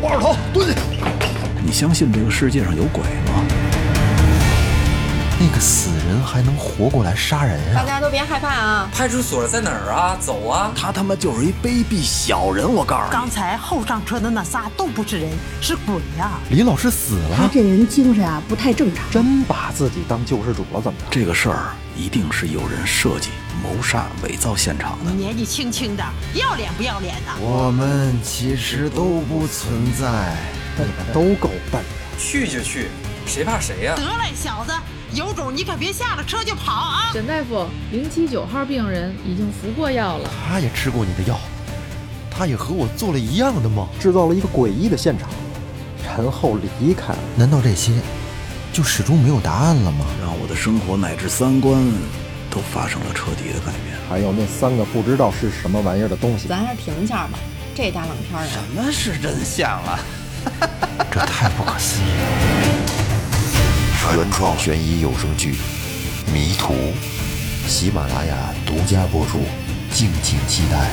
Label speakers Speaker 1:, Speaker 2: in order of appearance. Speaker 1: 抱着头蹲下。
Speaker 2: 你相信这个世界上有鬼吗？
Speaker 3: 那个死人还能活过来杀人
Speaker 4: 大
Speaker 3: 啊！
Speaker 4: 家都别害怕啊！
Speaker 5: 派出所在哪儿啊？走啊！
Speaker 2: 他他妈就是一卑鄙小人，我告诉你。
Speaker 6: 刚才后上车的那仨都不是人，是鬼啊呀、
Speaker 3: 李老师死
Speaker 7: 他
Speaker 3: 了，
Speaker 7: 这人精神啊不太正常。
Speaker 3: 真把自己当救世主了，怎么着？
Speaker 2: 这个事儿一定是有人设计、谋杀、伪造现场的
Speaker 6: 你。年纪轻轻的，要脸不要脸的？
Speaker 8: 我们其实都不存在。
Speaker 3: 你们都够笨的！
Speaker 5: 去就去，谁怕谁啊呀、
Speaker 6: 得嘞，小子，有种你可别下了车就跑啊！
Speaker 9: 沈大夫，零七九号病人已经服过药了。
Speaker 3: 他也吃过你的药，他也和我做了一样的梦。
Speaker 1: 制造了一个诡异的现场，然后离开了。
Speaker 3: 难道这些就始终没有答案了吗？
Speaker 2: 让我的生活乃至三观都发生了彻底的改变。
Speaker 1: 还有那三个不知道是什么玩意儿的东西，
Speaker 4: 咱还是停一下吧，这大冷天儿的，
Speaker 2: 那是真相啊！
Speaker 3: 这太不可思议了！
Speaker 8: 原创悬疑有声剧《迷途》，喜马拉雅独家播出，敬请期待。